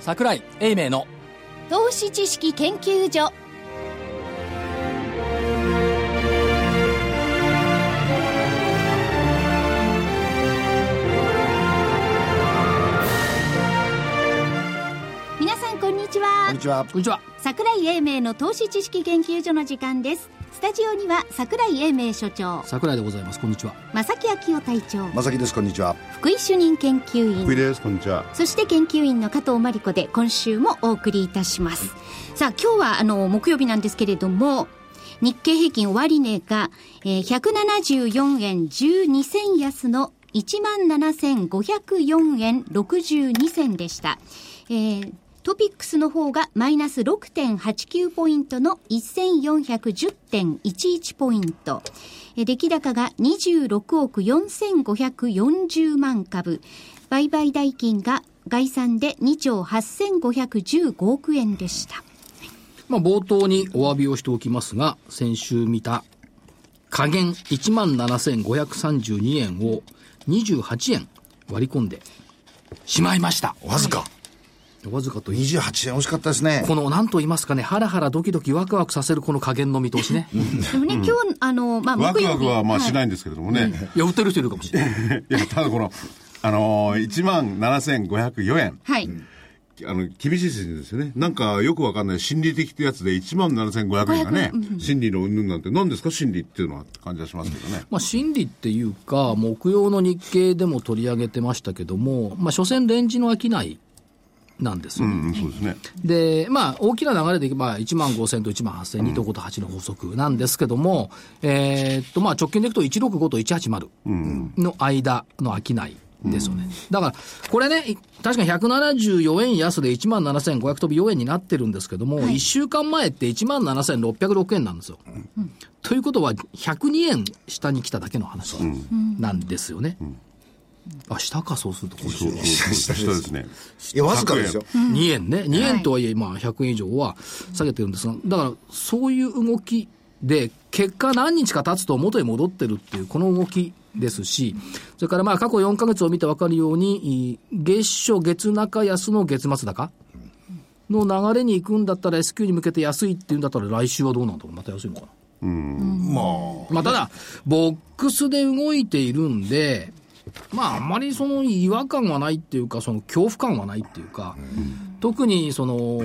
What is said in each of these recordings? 桜井英明の投資知識研究所皆さんこんにちこはんにちはこんにちは桜井英明の投資知識研究所の時間ですスタジオには桜井英明所長桜井でございますこんにちは正木昭夫隊長まさきですこんにちは福井主任研究員福井ですこんにちはそして研究員の加藤真理子で今週もお送りいたします。さあ、今日はあの、木曜日なんですけれども、日経平均終値が、えー、174円12銭安の17,504円62銭でした。えートピックスの方がマイナス6.89ポイントの1410.11ポイント。えー出来高が26億4540万株。売買代金が概算で2兆8515億円でした。まあ冒頭にお詫びをしておきますが先週見た加減1万7532円を28円割り込んでしまいましたわずかわずかといい28円惜しかったですねこの何と言いますかねハラハラドキドキワクワクさせるこの加減の見通しねでもね、今日、あの、まあ、ワク木曜ワ日。。クはまあしない いんですけれどもね、いや売ってる人いるかもしれないいやただこのあのー、1万7504円はい。あの厳しい数字ですよねなんかよくわかんない心理的ってやつで1万7500円がね、心理の云々なんて何ですか心理っていうのはって感じがしますけどね、まあ、心理っていうか、木曜の日経でも取り上げてましたけども、まあ、所詮レンジの商いなんですよ、うんうんそうですねで、まあ、大きな流れでいけば、1万5000と1万8000、2と5と8の法則なんですけども、えーっと、まあ、直近でいくと165と180の間の商い。ですよね。だから、これね、い確かに174円安で17,500飛び4円になってるんですけども、1週間前って17,606円なんですよ。ということは、102円下に来ただけの話なんですよね。あ、下か、そうすると、今週は。下下ですねいやわずかですよ2円ね、2円とはいえ、まあ、100円以上は下げてるんですが、だからそういう動きで、結果、何日か経つと元へ戻ってるっていう、この動きですし、それからまあ過去4か月を見て分かるように、い月初、月中、安の月末高の流れに行くんだったら、S q に向けて安いっていうんだったら、来週はどうなんだろう、また安いのかな。ままあ、ただ、ボックスで動いているんで、まあ、あんまりその違和感はないっていうか、その恐怖感はないっていうか、特にその、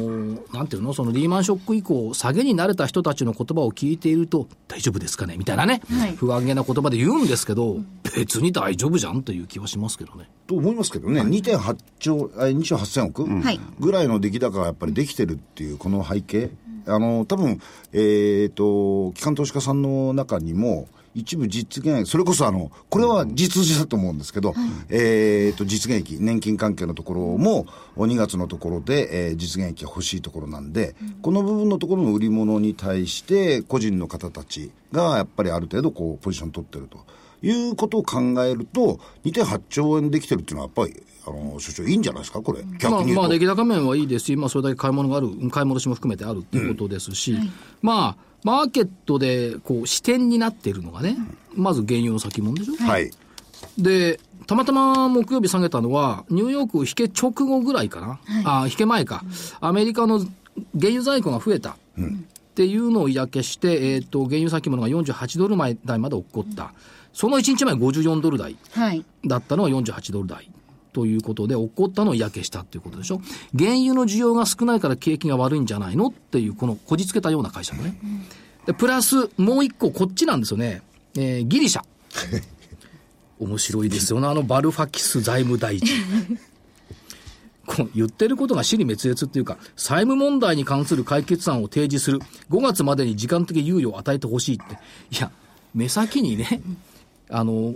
なんていうの、そのリーマンショック以降、下げに慣れた人たちの言葉を聞いていると、大丈夫ですかねみたいなね、はい不安げな言葉で言うんですけど、別に大丈夫じゃんという気はしますけどね。あと思いますけどね2.8兆あ2兆8000億はいぐらいの出来高がやっぱりできてるっていうこの背景あの多分えっと機関投資家さんの中にも一部実現、それこそあの、これは実需だと思うんですけど、えっと、実現益、年金関係のところも、2月のところで、えー実現益が欲しいところなんで、この部分のところの売り物に対して、個人の方たちがやっぱりある程度こう、ポジション取ってると。いうことを考えると、2.8兆円できてるっていうのは、やっぱり、あの、所長、いいんじゃないですか、これ。逆まあ、に言まあう出と。来高面はいいですし、まあ、それだけ買い物がある、買い戻しも含めてあるっていうことですし、まあ、マーケットでこう視点になっているのがね、まず原油の先物でしょ、はい。で、たまたま木曜日下げたのは、ニューヨーク引け直後ぐらいかな、あ引け前か、アメリカの原油在庫が増えた。っていうのを嫌気して、えっ、と、原油先物が48ドル前台まで落っこった。その1日前54ドル台はい。だったのが48ドル台ということで、起こったのを嫌気したっていうことでしょ。原油の需要が少ないから景気が悪いんじゃないのっていう、このこじつけたような解釈ね。で、プラス、もう一個、こっちなんですよね。えーギリシャ。面白いですよね、あのバルファキス財務大臣。こう言ってることが死に滅裂っていうか、債務問題に関する解決案を提示する、5月までに時間的猶予を与えてほしいって、いや、目先にね、あの、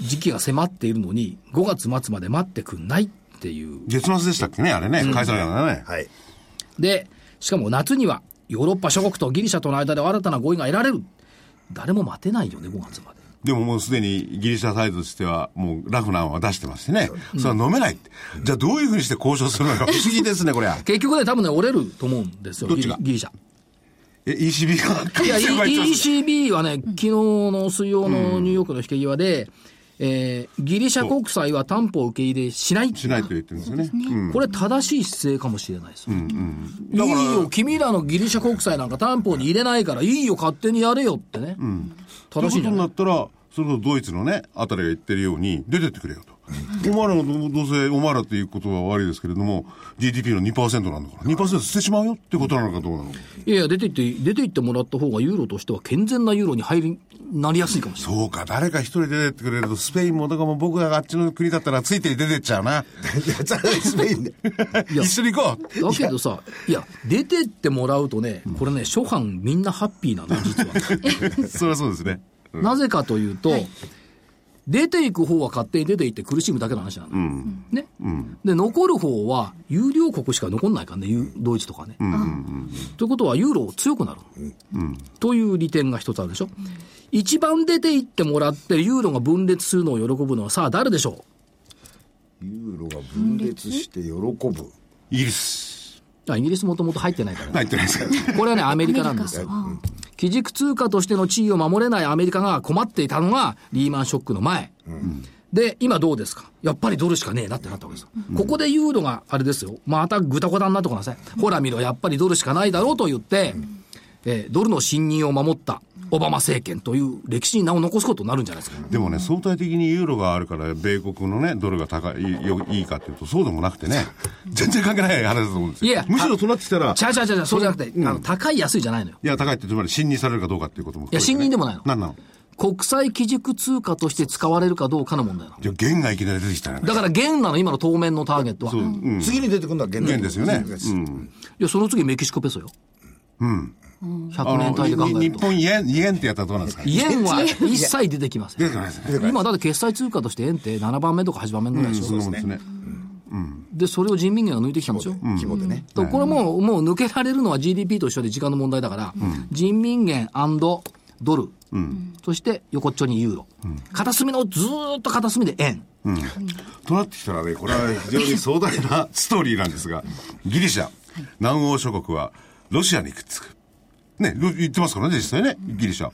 時期が迫っているのに、5月末まで待ってくんないっていう。月末でしたっけねあれね返さなきゃならない、はい。で、しかも夏には、ヨーロッパ諸国とギリシャとの間で新たな合意が得られる。誰も待てないよね、5月まで。でももうすでにギリシャサイドとしては、もうラフな案は出してましてね。それは飲めないって。じゃあどういうふうにして交渉するのか不思議ですね、これは。結局ね、多分ね、折れると思うんですよ、どっギちリがギリシャ。え、ECB が。いや、先輩言ってます ECB はね、昨日の水曜のニューヨークの引け際で、えーギリシャ国債は担保を受け入れしない。しないと言ってるんですよね。うんこれ正しい姿勢かもしれないですよ。だいからいよ、君らのギリシャ国債なんか担保に入れないから、いいよ、勝手にやれよってね。とい正うしこいじとゃになないったら、それこそドイツのね、あたりが言ってるように、出てってくれよと。お前らのどどうせ、お前らっていうことは悪いですけれども、GDP の2%なんだから、2%捨ててしまうよってことなのかどうなのか。いやいや、出て行って、出て行ってもらった方がユーロとしては健全なユーロに入り、なりやすいかもしれない。そうか、誰か一人出てってくれると、スペインも、だからもう僕があっちの国だったら、ついて出てっちゃうな。スペインで。や 一緒に行こうだけどさ、いや、出てってもらうとね、これね、初版みんなハッピーなの、実は。 そりゃそうですね。なぜかと いうと、出ていく方は勝手に出ていって苦しむだけの話なの。ね、で、残る方は、有料国しか残んないからね、ユードイツとかね。ということは、ユーロ強くなる。という利点が一つあるでしょ。一番出ていってもらって、ユーロが分裂するのを喜ぶのは、さあ、誰でしょユーロが分裂して喜ぶ。イギリス。うあイギリスもともと入ってないからね入ってないですかこれはね、アメリカなんですよ。基軸通貨としての地位を守れないアメリカが困っていたのがリーマンショックの前。で、今どうですかやっぱりドルしかねえなってなったわけですよ。ここでユーロがあれですよ。またぐたごたになってこなさい。ほら見ろ、やっぱりドルしかないだろうと言って、えードルの信任を守ったオバマ政権という歴史に名を残すことになるんじゃないですか。でもね、相対的にユーロがあるから、米国のね、ドルが高い、いよいいかっていうと、そうでもなく てね、全然関係ない話だと思うんですよ。いやむしろそうなってきたら、ちゃうちゃうちゃうちゃう、そうじゃなくて、んあの高い安いじゃないのよ。いや、高いってつまり、信任されるかどうかっていうことも含めていや信ね、任でもないのなんなの国際基軸通貨として使われるかどうかの問題なの。じゃあ、元がいきなり出てきたら、ね、だから、元なの、今の当面のターゲットは。次に出てくるのは現代元ですよね。うん。いや、その次メキシコペソよ。うん。100年単位で考えにる日と。本、イエン、イエンってやったらどうなんですかねイエンは一切出てきませ出ん。てこないですね。今だって決済通貨として円って7番目とか8番目ぐらいでしょ、そうなんですね。で、それを人民元が抜いてきたんでしょ、規模でね。とこれもう、もう抜けられるのは GDP と一緒で時間の問題だから、人民元ドル、そして横っちょにユーロ。片隅のずーっと片隅で円。となってきたらね、これは非常に壮大なストーリーなんですが、ギリシャ、南欧諸国はロシアにくっつく。ね、ロ言ってますからね、実際ね、ギリシャ。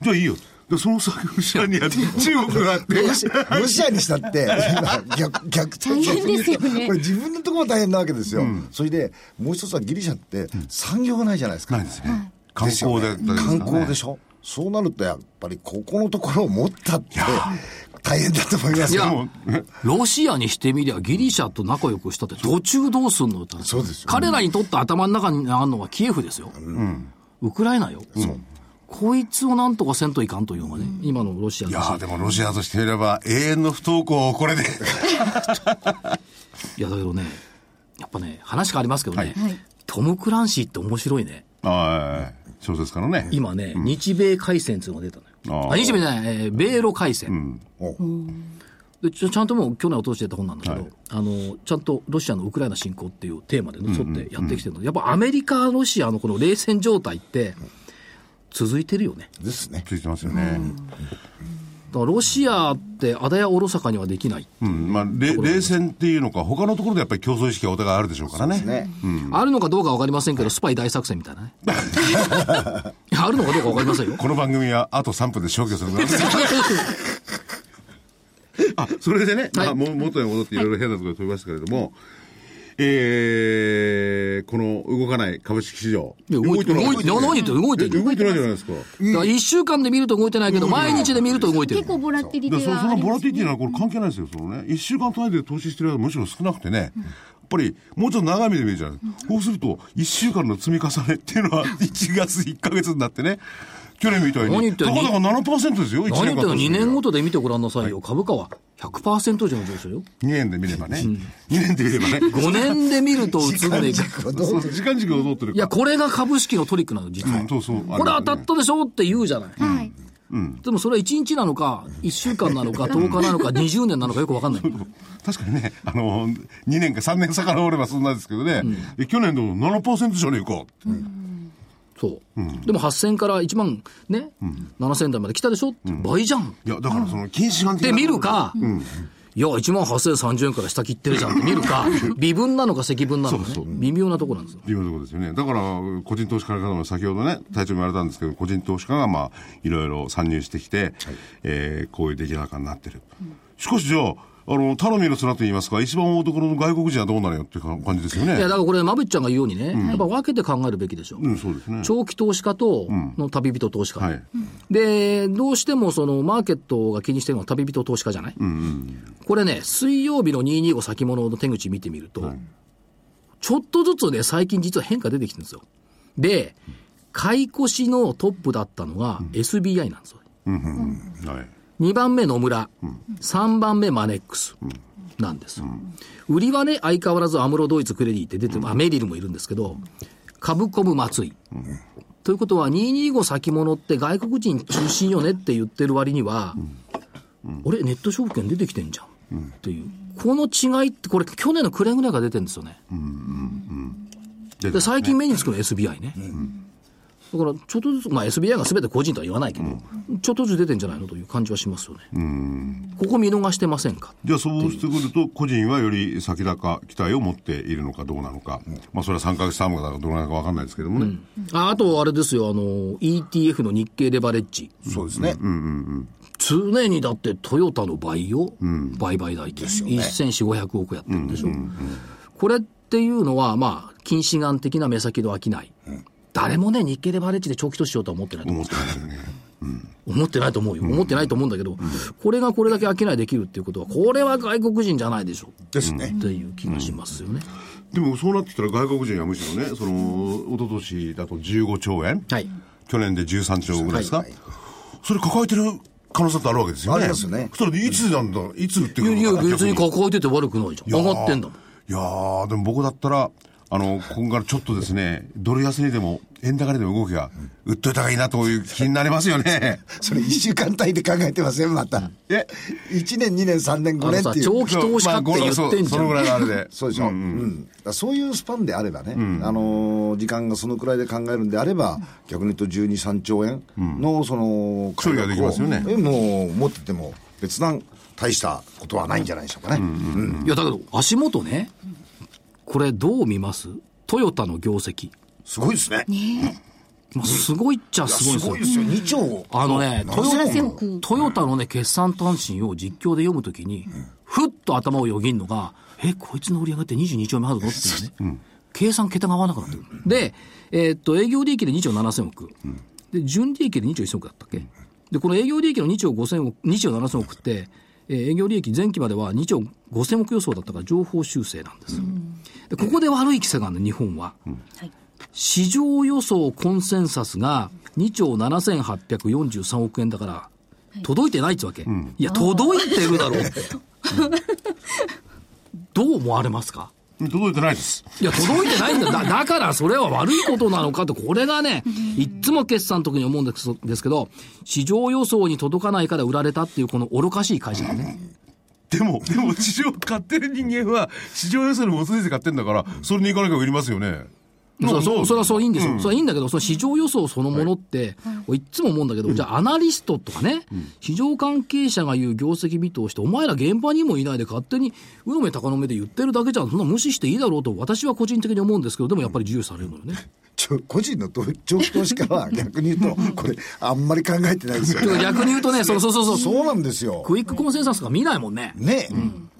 じゃあいいよ。で、その先、ロシアにあって、中国があって、ロシロシアにしたって、 今逆、逆転大変ですよね これ自分のところも大変なわけですよ。それで、もう一つはギリシャって産業がないじゃないですか。ないですね。観光で、ですよね観光でしょ。そうなるとやっぱりここのところを持ったって大変だと思いますいよ。や、ロシアにしてみりゃギリシャと仲良くしたって途中どうすんのって話そうですよ彼らにとって頭の中にあるのはキエフですよ。ウクライナよ。こいつをなんとかせんといかんというのがね、今のロシアいのや話ーでもロシアとしていれば永遠の不登校をこれ で。いや、だけどね、やっぱね、話変わりますけどね、はいはいトム・クランシーって面白いね。ああ、小説家のね。今ね、日米開戦っていうのが出たのよ。あーあ日米じゃない、えー米ロ開戦。おでちょちゃんともう去年落としてた本なんだけど、はいあのちゃんとロシアのウクライナ侵攻っていうテーマで沿ってやってきてるので、やっぱアメリカ、ロシアのこの冷戦状態って、続いてるよね。ですね。ついてますよね。だからロシアって、あだやおろそかにはできない。うん。まあ、れ冷戦っていうのか、他のところでやっぱり競争意識がお互いあるでしょうからね。ね。あるのかどうかわかりませんけど、スパイ大作戦みたいな ね。あるのかどうかわかりませんよ。この番組はあと3分で消去するから あ、それでね、まあ、も元に戻っていろいろ変なところに飛びましたけれども、えー、この動かない株式市場。いや動いてる動いてる何言ってる動いてるえ動いてないじゃないですか。だから一週間で見ると動いてないけど、毎日で見ると動いてる結。構ボラティリテでィそがそあのりボまラすティリティなんかこれ関係ないですよ、そのね、1週間単位で投資してる間むしろ少なくてね、やっぱりもうちょっと長い目で見るじゃない、そうすると、1週間の積み重ねっていうのは、1月1か月になってね、去年みたい何言に、ってたんかのだか7%ですよ、何言っ1年てんの間 ?2 年ごとで見てごらんなさいよ。株価は100%以上の上昇よ。 2年で見ればね、2年で見ればね、 5年で見ると映んねえか。そう時間軸がどうってるいや、か、これが株式のトリックなの、実は。うんそうそうこれ当たったでしょって言うじゃない。はい。でもそれは1日なのか、1週間なのか、10日なのか、20年なのかよくわかんない。確かにね、あの2年か3年遡ればそんなんですけどね、で去年でも7%以上に行こう、そう。でも8000から1万ね、7000台まで来たでしょって倍じゃん。いや、だからその、近視眼で、的な見るか、いや、1万8030円から下切ってるじゃんって見るか、微分なのか積分なのかねそうそう微妙なところなんですよ。微妙なところですよね。だから、個人投資家の方も先ほどね、隊長も言われたんですけど、個人投資家がまあ、いろいろ参入してきて、えーこういう出来高になってる。しかしじゃあ、あの、頼みの綱と言いますか、一番大所の外国人はどうなるよっていう感じですよね。いや、だからこれ、まぶっちゃんが言うようにね、やっぱ分けて考えるべきでしょ。うん、そうですね。長期投資家と、の旅人投資家。はい。で、どうしてもそのマーケットが気にしてるのは旅人投資家じゃない、これね、水曜日の225先物の手口見てみると、ちょっとずつね、最近実は変化出てきてるんですよ。で、買い越しのトップだったのが SBI なんですよ。はい。 2番目野村、3番目マネックスなんです。売りはね、相変わらずアムロドイツクレディって出て、まあメリルもいるんですけど、株コム松井。ということは、225先物って外国人中心よねって言ってる割には、あれ、ネット証券出てきてんじゃんっていう。この違いって、これ去年の暮れぐらいから出てるんですよね。でで、最近目につくの SBI ね。だから、ちょっとずつ、まあ SBI が全て個人とは言わないけど、ちょっとずつ出てんじゃないのという感じはしますよね。ここ見逃してませんかじゃあそうしてくると、個人はより先高期待を持っているのかどうなのか、まあそれは3ヶ月タームだかどうなのか分かんないですけどもね、ああと、あれですよ、あの、ETF の日経レバレッジ。そうですね。常にだってトヨタの倍を売買代金、よね1400億やってるんでしょ、これっていうのは、まあ、近視眼的な目先の商い、誰もね、日経レバレッジで長期投資しようとは思ってないと思思うってないですよね。思ってないと思うよ、思ってないと思うんだけど、これがこれだけ商いできるっていうことは、これは外国人じゃないでしょですね。っていう気がしますよね。でもそうなってきたら外国人はむしろね、その、一昨年だと15兆円、はい去年で13兆ぐらいですか、それ抱えてる可能性ってあるわけですよね。ありますよねそれでいつなんだ、いつ売っていやくるいや、のか別に逆抱えてて悪くないじゃん。上がってんだもん。いやー、でも僕だったら、あの、今からちょっとですね、ドル安にでも、円高にでも動きが、売っといた方がいいなという気になりますよね。それ1週間単位で考えてません、また。え1年、2年、3年、5あの年さって、いう。長期投資家って言ってんじそゃのぐらん。いのあれで。そうでしょ、うんだからそういうスパンであればね、あのー時間がそのくらいで考えるんであれば、逆に言うと12、3兆円のその処理ができますよねえもう持ってても、別段大したことはないんじゃないでしょうかね。うんいや、だけど、足元ね、これどう見ますトヨタの業績。すごいですね。いまあ、すごいっちゃやすごいすですよごいですよ、2兆。あのね、トヨ7000タ億トヨタのね、決算単身を実況で読むときに、ふっと頭をよぎんのが、え、こいつの売り上げって22兆円もあるのっていうね。計算桁が合わなくなってくる。で、えーっと、営業利益で2兆7000億。で、純利益で2兆1000億だったっけで、この営業利益の2兆5000億、2兆7000億って、えー営業利益前期までは2兆5000億予想だったから情報修正なんですよ。で、ここで悪い癖があるの、日本は。はい。市場予想コンセンサスが2兆7843億円だから、届いてないってわけ。いや、届いてるだろうって。どう思われますか届いてないです。いや、届いてないんだ。だだから、それは悪いことなのかと、これがね、いっつも決算の時に思うんですですけど、市場予想に届かないから売られたっていう、この愚かしい会社だね。でも、でも、市場買ってる人間は、市場予想に基づいて買ってんだから、それに行かなきゃ売りますよね。そまうあそうそれはそういいんですよ、んそれはいいんだけど、その市場予想そのものって、い、っつも思うんだけど、じゃあ、アナリストとかね、市場関係者が言う業績見通して、お前ら現場にもいないで、勝手にうのめ高の目で言ってるだけじゃん、そんな無視していいだろうと、私は個人的に思うんですけど、でもやっぱり重視されるのよね。ちょ個人の投長期投資家 は逆に言うと、これ、あんまり考えてないですよてかね。逆に言うとね、 そうそうそうそう、そうなんですよ。クイックコンセンサスが見ないもんね。ね、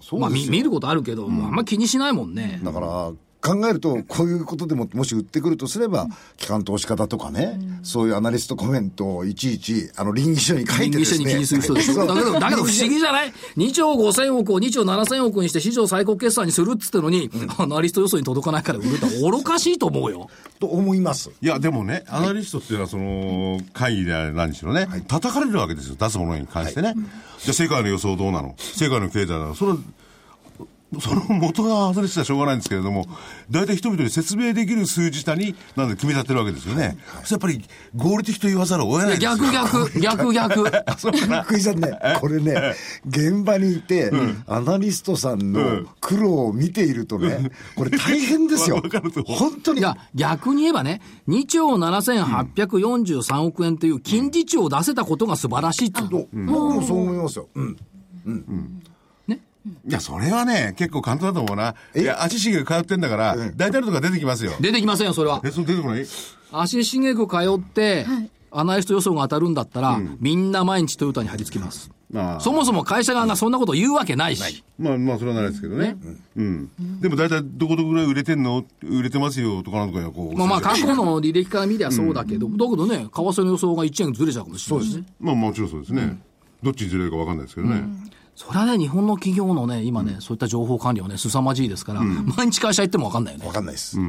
そうまあ、でみすよ見ることあるけど、もうあんま気にしないもんね。だから、考えると、こういうことでも、もし売ってくるとすれば、機関投資家だとかね、そういうアナリストコメントをいちいち、あの、臨議書に書い人てで間すに気にする人でしそょ。うだけど、だけど不思議じゃない ?2 兆5000億を2兆7000億にして史上最高決算にするっつってのに、アナリスト予想に届かないから売るとは愚かしいと思うよ。と思います。いや、でもね、アナリストっていうのは、その、会議であれ何しろね、叩かれるわけですよ、出すものに関してね。じゃあ、世界の予想どうなの世界の経済なのそれは、その元が外れてたらしょうがないんですけれども、大体人々に説明できる数字下に、なんで組み立てるわけですよね。それやっぱり合理的と言わざるを得ないんですよ。逆逆、逆逆。そうかな。福井さんね、これね、現場にいて、アナリストさんの苦労を見ているとね、これ大変ですわよかると。思う本当いに。や、逆に言えばね、2兆7843億円という金利値を出せたことが素晴らしいっつうの。僕もそう思いますよ。うん。ね。いや、それはね、結構簡単だと思うな。いや、足しげく通ってんだから、大体のとか出てきますよ。出てきませんよ、それはえ、。そう出てこない足しげく通って、アナリスト予想が当たるんだったら、みんな毎日トヨタに張り付きます。まあ、そもそも会社側がそんなこと言うわけないし。まあ、まあ、それはないですけどね。うん。でも大体、どこどこぐらい売れてんの売れてますよ、とかなんとかにはこう。まあまあ、過去の履歴から見りゃそうだけど、だけどね、為替の予想が1円ずれちゃうかもしれないしね。まあ、もちろんそうですね。どっちにずれるかわかんないですけどね。それはね、日本の企業のね、今ね、そういった情報管理はね、凄まじいですから、毎日会社行っても分かんないよねわ。かんないです。ま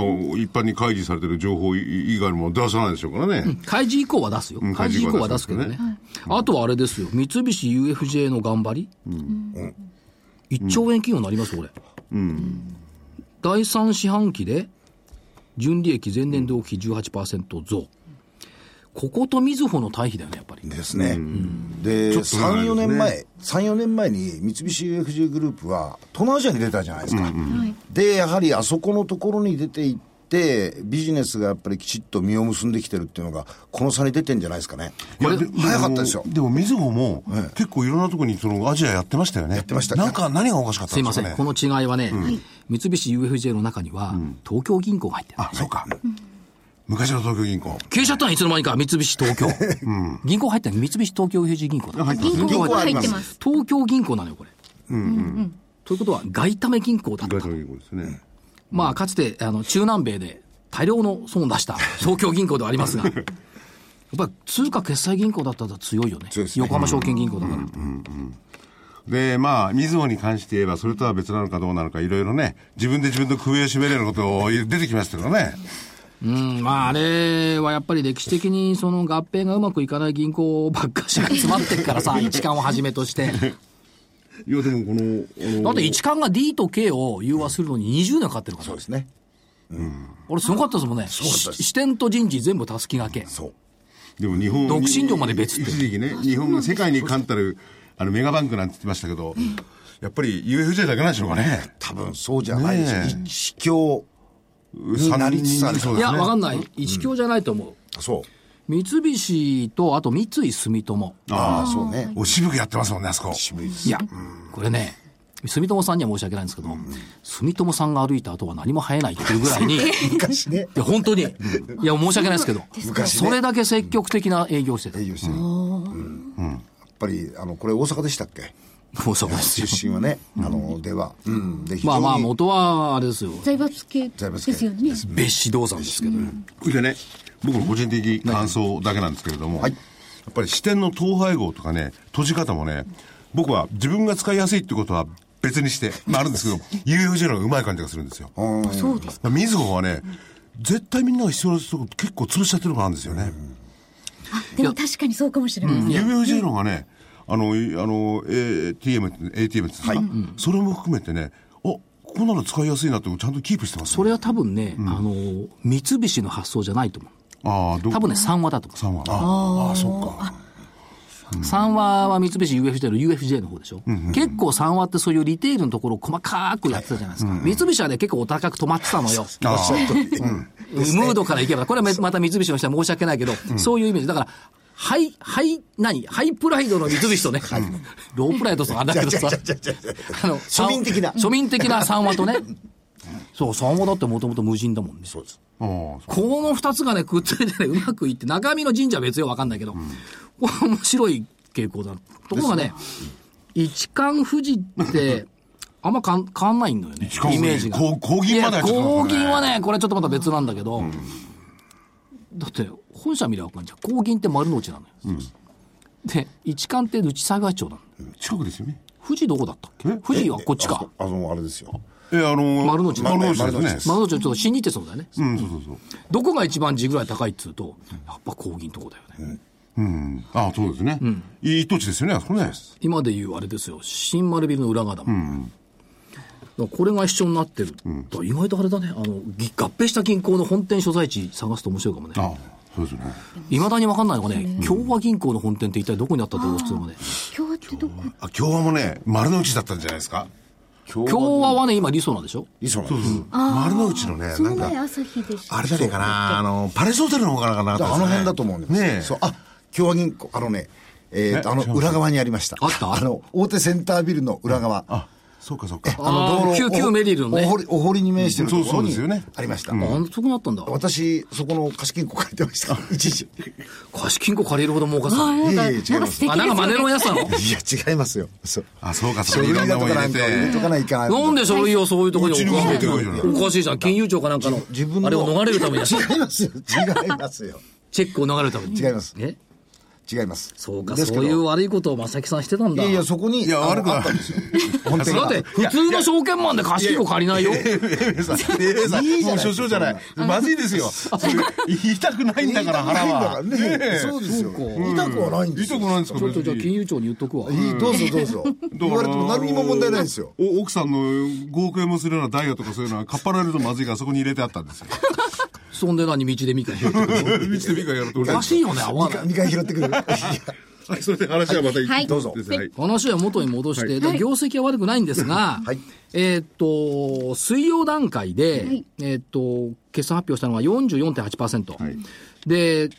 あ、一般に開示されてる情報以外のもの出さないでしょうからね。開示以降は出すよん。開示以降は出すけど開ね。あとはあれですよ、三菱 UFJ の頑張り。1兆円企業になりますよ、これ。第3四半期で、純利益前年同期比18%増。こことみずほの対比だよね、やっぱり。ですね。で、ちょっと長3、いですね4年前、3、4年前に三菱 UFJ グループは東南アジアに出たじゃないですか。はいで、やはりあそこのところに出ていって、ビジネスがやっぱりきちっと実を結んできてるっていうのが、この差に出てんじゃないですかね。いやこれでも早かったですよ。でも、みずほも、結構いろんなとこに、その、アジアやってましたよね。やってましたなんか、何がおかしかったすいんまでせすかん、こね。の違いはね、三菱 UFJ の中には、東京銀行が入ってる。あ、そうか。昔の東京銀行。消えちゃったのいつの間にか、三菱東京。銀行入ってるの三菱東京 UFJ 銀行だ。入ってます銀ね。行が入ってます。東京銀行なのよ、これ。ということは、外為銀行だった東。京銀行ですね。まあ、かつて、あの、中南米で大量の損を出した東京銀行ではありますが、やっぱり通貨決済銀行だったら強いよね。強いですね横浜証券銀行だから。で、まあ、みずほに関して言えば、それとは別なのかどうなのか、いろいろね、自分で自分の首を絞めるようなことを出てきましたけどね。うん、まあ、あれはやっぱり歴史的にその合併がうまくいかない銀行ばっかしが詰まってるから さ、一貫をはじめとして。いや、でもこの、あだって一貫が D と K を融和するのに20年かかってるからそうね、ですね。俺すごかったですもんね。ったですし支店と人事全部たすきがけ。そう。でも日本独身寮まで別って一時期ね、日本が世界に冠たる、あの、メガバンクなんて言ってましたけど、やっぱり UFJ だけなんでしょうかね。多分そうじゃないですよねえ一強になりつつある。そういですや、ねわかんない。一強じゃないと思う。そう。三菱と、あと三井住友。ああ、そうね。お渋くやってますもんね、あそこ。渋いです。いや、これね、住友さんには申し訳ないんですけど、住友さんが歩いた後は何も生えないっていうぐらいに、い昔ね。や、本当に、いや、申し訳ないですけ ど、昔ねそれだけ積極的な営業をしてた。営業してる。うんやっぱり、あの、これ大阪でしたっけもうそうですよ。出身はね、あの、では。うん。で、非まあま常あ、に元はあれですよ。財閥系財閥で系すよね。別紙銅山ですけど、でね、僕の個人的感想だけなんですけれども、やっぱり支店の統廃合とかね、閉じ方もね、僕は自分が使いやすいってことは別にして、まああるんですけど、UFJ の方がうまい感じがするんですよ。そうです。みずほはね、絶対みんなが必要なとこ結構潰しちゃってるのがあるんですよね。あ、でも確かにそうかもしれないですね。 UFJ の方がね、あの、いあの、ATM、ATM ですか、それも含めてね、おこんなの使いやすいなってちゃんとキープしてます、それは多分ね、あの、三菱の発想じゃないと思う。ああ、ど多分ね、3話だと思う。さんは。ああ、そっか。三話は三菱 UFJ の UFJ の方でしょ、結構三話ってそういうリテールのところを細かくやってたじゃないですか。三菱はね、結構お高く止まってたの よ。ああムードからいけば、これはめまた三菱の人は申し訳ないけど、そういうイメージ。だから、ハイ、ハイ、何ハイプライドの三菱とね、ロープライドとかあれだけどさ、あの、庶民的な庶民的な三話とね、そう、三話だってもともと無人だもんね。そうです。ああ、そうこの二つがね、くっついてね、うまくいって、中身の神社は別よ、わかんないけど、これ面白い傾向だな。ところがね、一貫富士って、あんまかん変わんないんだよね一貫、富士イメージが。こう高銀までははちょっとわかん高ない銀はね、これちょっとまた別なんだけど、だって、本社見ればわかんじゃん。高銀って丸の内なのよ。で、一貫って内災害町なの。近くですよね。富士どこだったっけ富士はこっちあかそ。あの、あれですよ。え、あの、丸の内丸の内丸の内でですすね。丸の内のちょっと新日鉄そうだよね。うん、そうそうそう。どこが一番地ぐらい高いっつうと、やっぱ高銀とこだよね。うん。ああ、そうですね。一等地ですよね、あそこね。今で言うあれですよ新丸ビルの裏側だもん、だからこれが一緒になってる、だから意外とあれだねあのぎ合併した銀行の本店所在地探すと面白いかもねああ、そうですね。いまだに分かんないのがね、共和銀行の本店って一体どこにあったと思ってたのかね今日ってどこあ、京和もね、丸の内だったんじゃないですか。共和はね今理想なんでしょいいそうなんです。丸の内のね、そなのんか前、朝日でした。あれじゃねえかな、あの、パレスホテルの方からかな、だからあの辺だと思うんですねえ。そうあ共和銀行あのねええーえとあの、違う裏側にありました。あったあの、大手センタービルの裏側。あ、そうかそうか。あの、道路あー99メリルのねお堀、お堀に面してるところにそうそうですよねありました。あ、そこにあったんだ。私、そこの貸金庫借りてました。一時。い貸金庫借りるほど儲かってたの。えいえ、なん違いかなんまかす。素い敵あ、なんか真似のやつなのや、違いますよ。そう。あ、そうかそ書うか。い類ろんだなともかの入なれんかて。入れとかないかな。なんで書類をそういうところに置くのうちに置いてこいじゃないおかしいじゃん。金融庁かなんかの。自分のあれを逃れるために。チェ違いますよ。違いますよ。ックを逃れるために。 違いますえ違います。そうか、ですけそどういう悪いことを正木さんしてたんいだ。やいや、そこに、いやあの悪くないあったんですよ。本店だがって、普通の証券マンで貸金庫借りないよ。エベさん、エベさん、もう所長じゃない。まずいですよ。それ言いたくないんだから、腹は。言いたくないんだからねそうですよ。そうか痛くはないんで言いすたよく。ないんですかちょっとじゃあ金融庁に言っとくわ。いい、どうぞどうぞ。言われても何にも問題ないですよ。お奥さんの5億円もするようなダイヤとかそういうのはかっぱられるとまずいからそこに入れてあったんですよ。そんで何道で見かへん ってこと三つ目がやるとお俺かしいよね、合わな二い回、。二回拾ってくる。いやはいそれで話はまた行っはていどうぞ。はい話は元に戻して、だから業績は悪くないんですが、はいえーっと、水曜段階で、えーっと、決算発表したのが44.8%。で、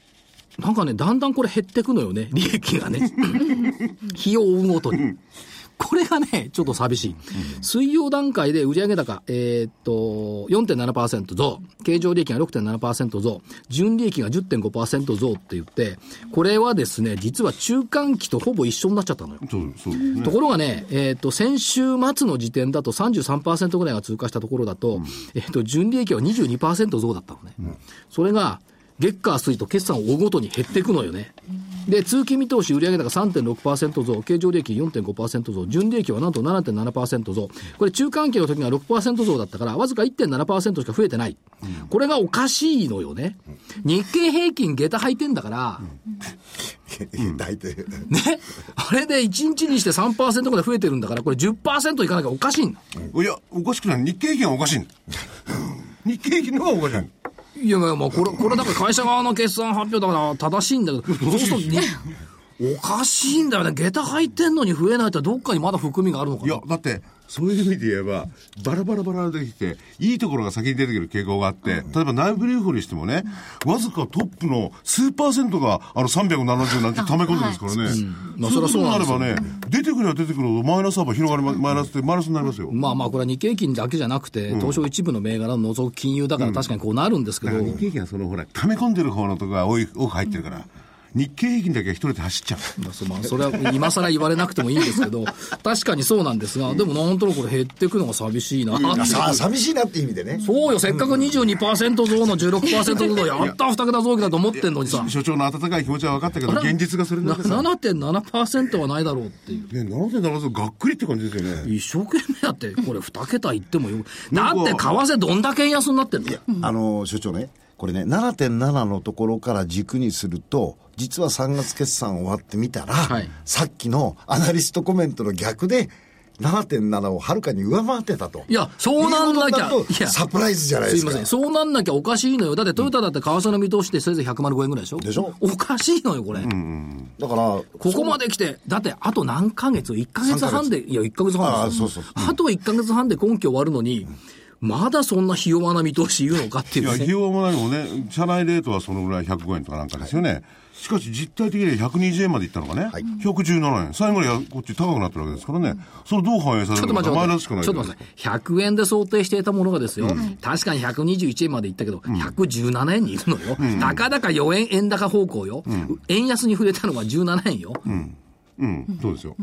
なんかね、だんだんこれ減ってくのよね、 利益がね。日を追うごとに。これがね、ちょっと寂しい。水曜段階で売上高、えーっと、4.7%増、経常利益が6.7%増、純利益が10.5%増って言って、これはですね、実は中間期とほぼ一緒になっちゃったのよ。そう、そうですね。ところがね、えっ、と、先週末の時点だと33%ぐらいが通過したところだと、えっ、と、純利益は22%増だったのね。それが、月下水と決算を追うごとに減っていくのよね。で、通期見通し売上高3.6%増、経常利益4.5%増、純利益はなんと7.7%増。これ中間期の時が6%増だったから、わずか1.7%しか増えてない。これがおかしいのよね。日経平均下駄履いてんだから、大体。ね、あれで1日にして3%ぐらい増えてるんだから、これ10%いかなきゃおかしいんだ。いや、おかしくない。日経平均はおかしいんだ。日経平均の方がおかしいんだ。いやいや、まあ、これ、これだから会社側の決算発表だから正しいんだけど、 そうするとね、おかしいんだよね。下駄入ってんのに増えないってどっかにまだ含みがあるのか いな。や、だって、そういう意味で言えば、バラバラバラできて、いいところが先に出てくる傾向があって、例えば内部留保にしてもね、わずかトップの数パーセントが、あの370なんて溜め込んでるんですからね。まあそそうりいうゃこそうなでとになんれすよばね、出てくれば出てくるほどマイナス幅広がりま、マイナスってマイナスになりますよ。まあまあ、これは日経金だけじゃなくて、東証一部の銘柄を除く金融だから確かにこうなるんですけだど、から日経平均はそのほら、溜め込んでる方のとこが多い、多く入ってるから、日経平均だけは一人で走っちゃう。まあそまあそれは今更言われなくてもいいんですけど、確かにそうなんですが、でもなんとなくこれ減ってくのが寂しいな。さあ、寂しいなって意味でね。そうよ、せっかく22%増の16%増、やった、二桁増益だと思ってんのにさ。所長の温かい気持ちは分かったけど、現実がそれななんですよ。ね、 7.7%はないだろうっていう。 7.7がっくりって感じですよね。一生懸命やって、これ二桁いってもよ。だって為替どんだけ円安になってんのあの、所長ね、これね、7.7のところから軸にすると、実は3月決算終わってみたら、はいさっきのアナリストコメントの逆で、7.7をはるかに上回ってたと。いや、そうなんなきゃいうことにるといやサプライズじゃないですすいか。ません。そうなんなきゃおかしいのよ。だってトヨタだって為替の見通しでせいぜい105円ぐらいでしょでしょおかしいのよ、これ。だから、ここまで来て、だってあと何ヶ月 ?1 ヶ月半で、いや、1ヶ月半ですよあーそうそうあと1ヶ月半で今期終わるのに、まだそんなひ弱な見通し言うのかっていいうや、ね費用も何もね、社内レートはそのぐらい105円とかなんかですよね。しかし実態的には120円までいったのがね、117円。最後にはこっち高くなってるわけですからね。それどう反映されちょっとる待のかってマイ待ナっスしてかないちょっと待って。100円で想定していたものがですよ、確かに121円までいったけど、117円にいるのよ。たかだか4円円高方向よ。円安に触れたのが17円よ。うん、そうですよ。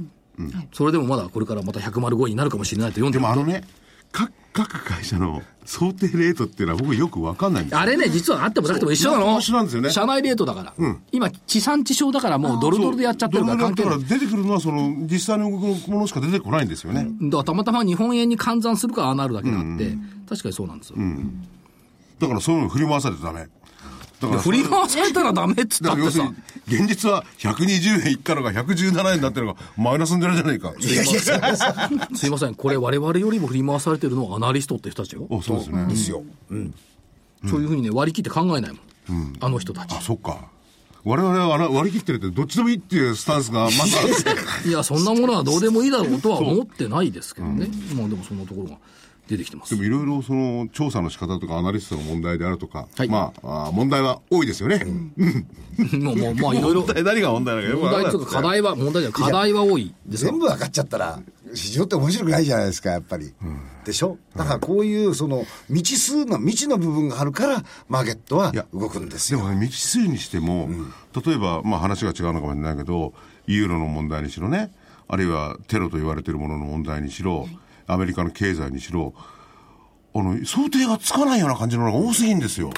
それでもまだこれからまた105円になるかもしれないと読んででるもあのね、各、各会社の想定レートっていうのは僕よくわかんないんですよあれね、実はあってもなくても一緒なそうの。一緒なんですよね社内レートだから。今、地産地消だからもうドルドルでやっちゃってるから関係だなかいら。出てくるのはその、実際の動くものしか出てこないんですよね。だからたまたま日本円に換算するからああなるだけであって、確かにそうなんですよ。だからそういうの振り回されてダメ。だから振り回されたらダメっつっだたっから要てするさに。、現実は120円いったのが117円になってるのがマイナスになるじゃないか。いやいや、そうですすいません、これ我々よりも振り回されてるのはアナリストって人たちよ。あ、そうですね。ですよ。そういうふうにね、割り切って考えないもん。あの人たちあ、。そっか。我々は割割り切ってるって、どっちでもいいっていうスタン スがまずあるんですよいや、そんなものはどうでもいいだろうとは思ってないですけどね。まあでもそんなところが。出てきてますで。もいろいろその調査の仕方とかアナリストの問題であるとか、はいまああー問題は多いですよね。 もう、もう、まあ、いろいろ 問、題何が問題なのかよく問わか題らなといいうか課題は、問題じゃない課題は多いですが全部分かっちゃったら、市場って面白くないじゃないですか、やっぱり。でしょだからこういう、その、未知数の、未知の部分があるから、マーケットはいや動くんですでよ。もね、未知数にしても、例えば、まあ話が違うのかもしれないけど、ユーロの問題にしろね、あるいはテロと言われているものの問題にしろ、アメリカの経済にしろ、あの、想定がつかないような感じののが多すぎんですよ。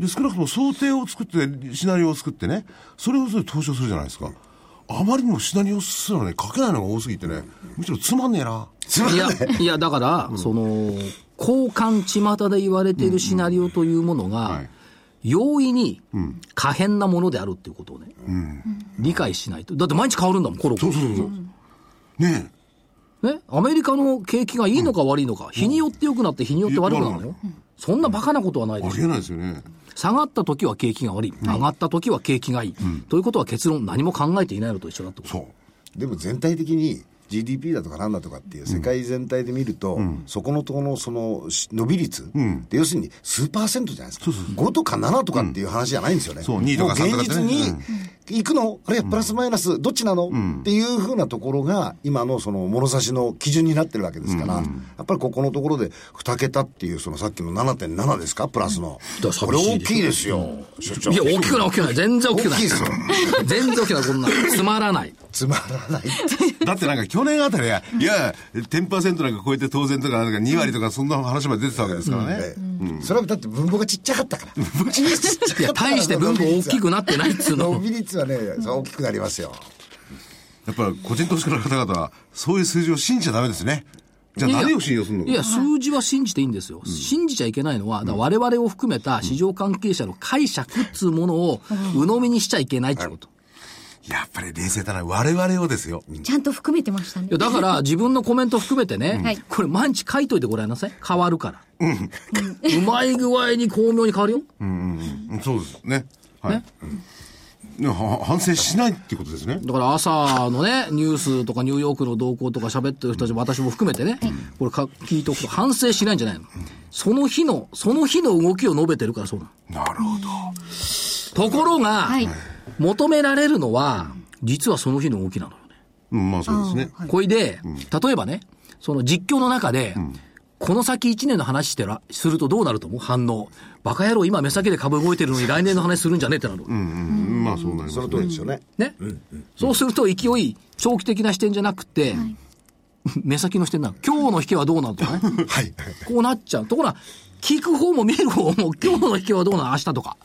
で、少なくとも想定を作って、シナリオを作ってね、それをそれで投資をするじゃないですか。あまりにもシナリオすらね、書けないのが多すぎてね、むしろつまんねえな。いや、いや、だから、その、交換巷で言われているシナリオというものはがい、容易に可変なものであるっていうことをね、理解しないと。だって毎日変わるんだもん、コロコそロう。そうそう。ねえ。ね、アメリカの景気がいいのか悪いのか、日によって良くなって日によって悪くなるのよ。そんなバカなことはないであすりえないですよね。下がった時は景気が悪い。上がった時は景気がいい。ということは結論何も考えていないのと一緒だってこと。そう。でも全体的に GDP だとかなんだとかっていう世界全体で見ると、そこのところのそのし伸び率、で要するに数パーセントじゃないですか、5とか7とかっていう話じゃないんですよね、そう2とか3とかもうって現ね実に行くの、あるいはプラスマイナス、どっちなの、っていうふうなところが、今のその物差しの基準になってるわけですから、やっぱりここのところで2桁っていう、そのさっきの7.7ですか、プラスの、だかこられ寂しい大でしょきいですよ、所長いや、大きくない、大きくない。全然大きくない。大きいですよ全然大きくない、こんな。つまらない。つまらないってだってなんか去年あたりは、いや、10%なんか超えて当然とか、なんか2割とかそんな話まで出てたわけですからね。それはだって分母がちっちゃかったから。ちっちゃかったからいや、大して分母大きくなってないっつう 伸の。び率はね、そう大きくなりますよ。やっぱ個人投資家の方々は、そういう数字を信じちゃダメですね。じゃあいや何を信用するのいや、数字は信じていいんですよ。信じちゃいけないのは、だから我々を含めた市場関係者の解釈っつうものを鵜呑みにしちゃいけないってこと。やっぱり冷静だな。我々をですよ。ちゃんと含めてましたねいや、だから自分のコメント含めてね、はいこれ毎日書いといてごらんなさい。変わるから。 うまい具合に巧妙に変わるよ。うんそうですね。はい。ねは反省しないってことですね。だから朝のね、ニュースとかニューヨークの動向とか喋ってる人たち、私も含めてね、これか聞いておくと反省しないんじゃないの、その日の、その日の動きを述べてるからそうなの。なるほど。ところが、はい求められるのは、実はその日の動きなのよね。うん、まあそうですね。これで、例えばね、その実況の中で、この先1年の話してら、するとどうなると思う反応。バカ野郎、今目先で株動いてるのに来年の話するんじゃねえってなる。うんうん、まあそうなりますそのね。通りですよね。ね、そうすると勢い、長期的な視点じゃなくて、目先の視点なの。今日の引けはどうなるとかね。はい。こうなっちゃう。ところが、聞く方も見る方も、今日の引けはどうなの明日とか。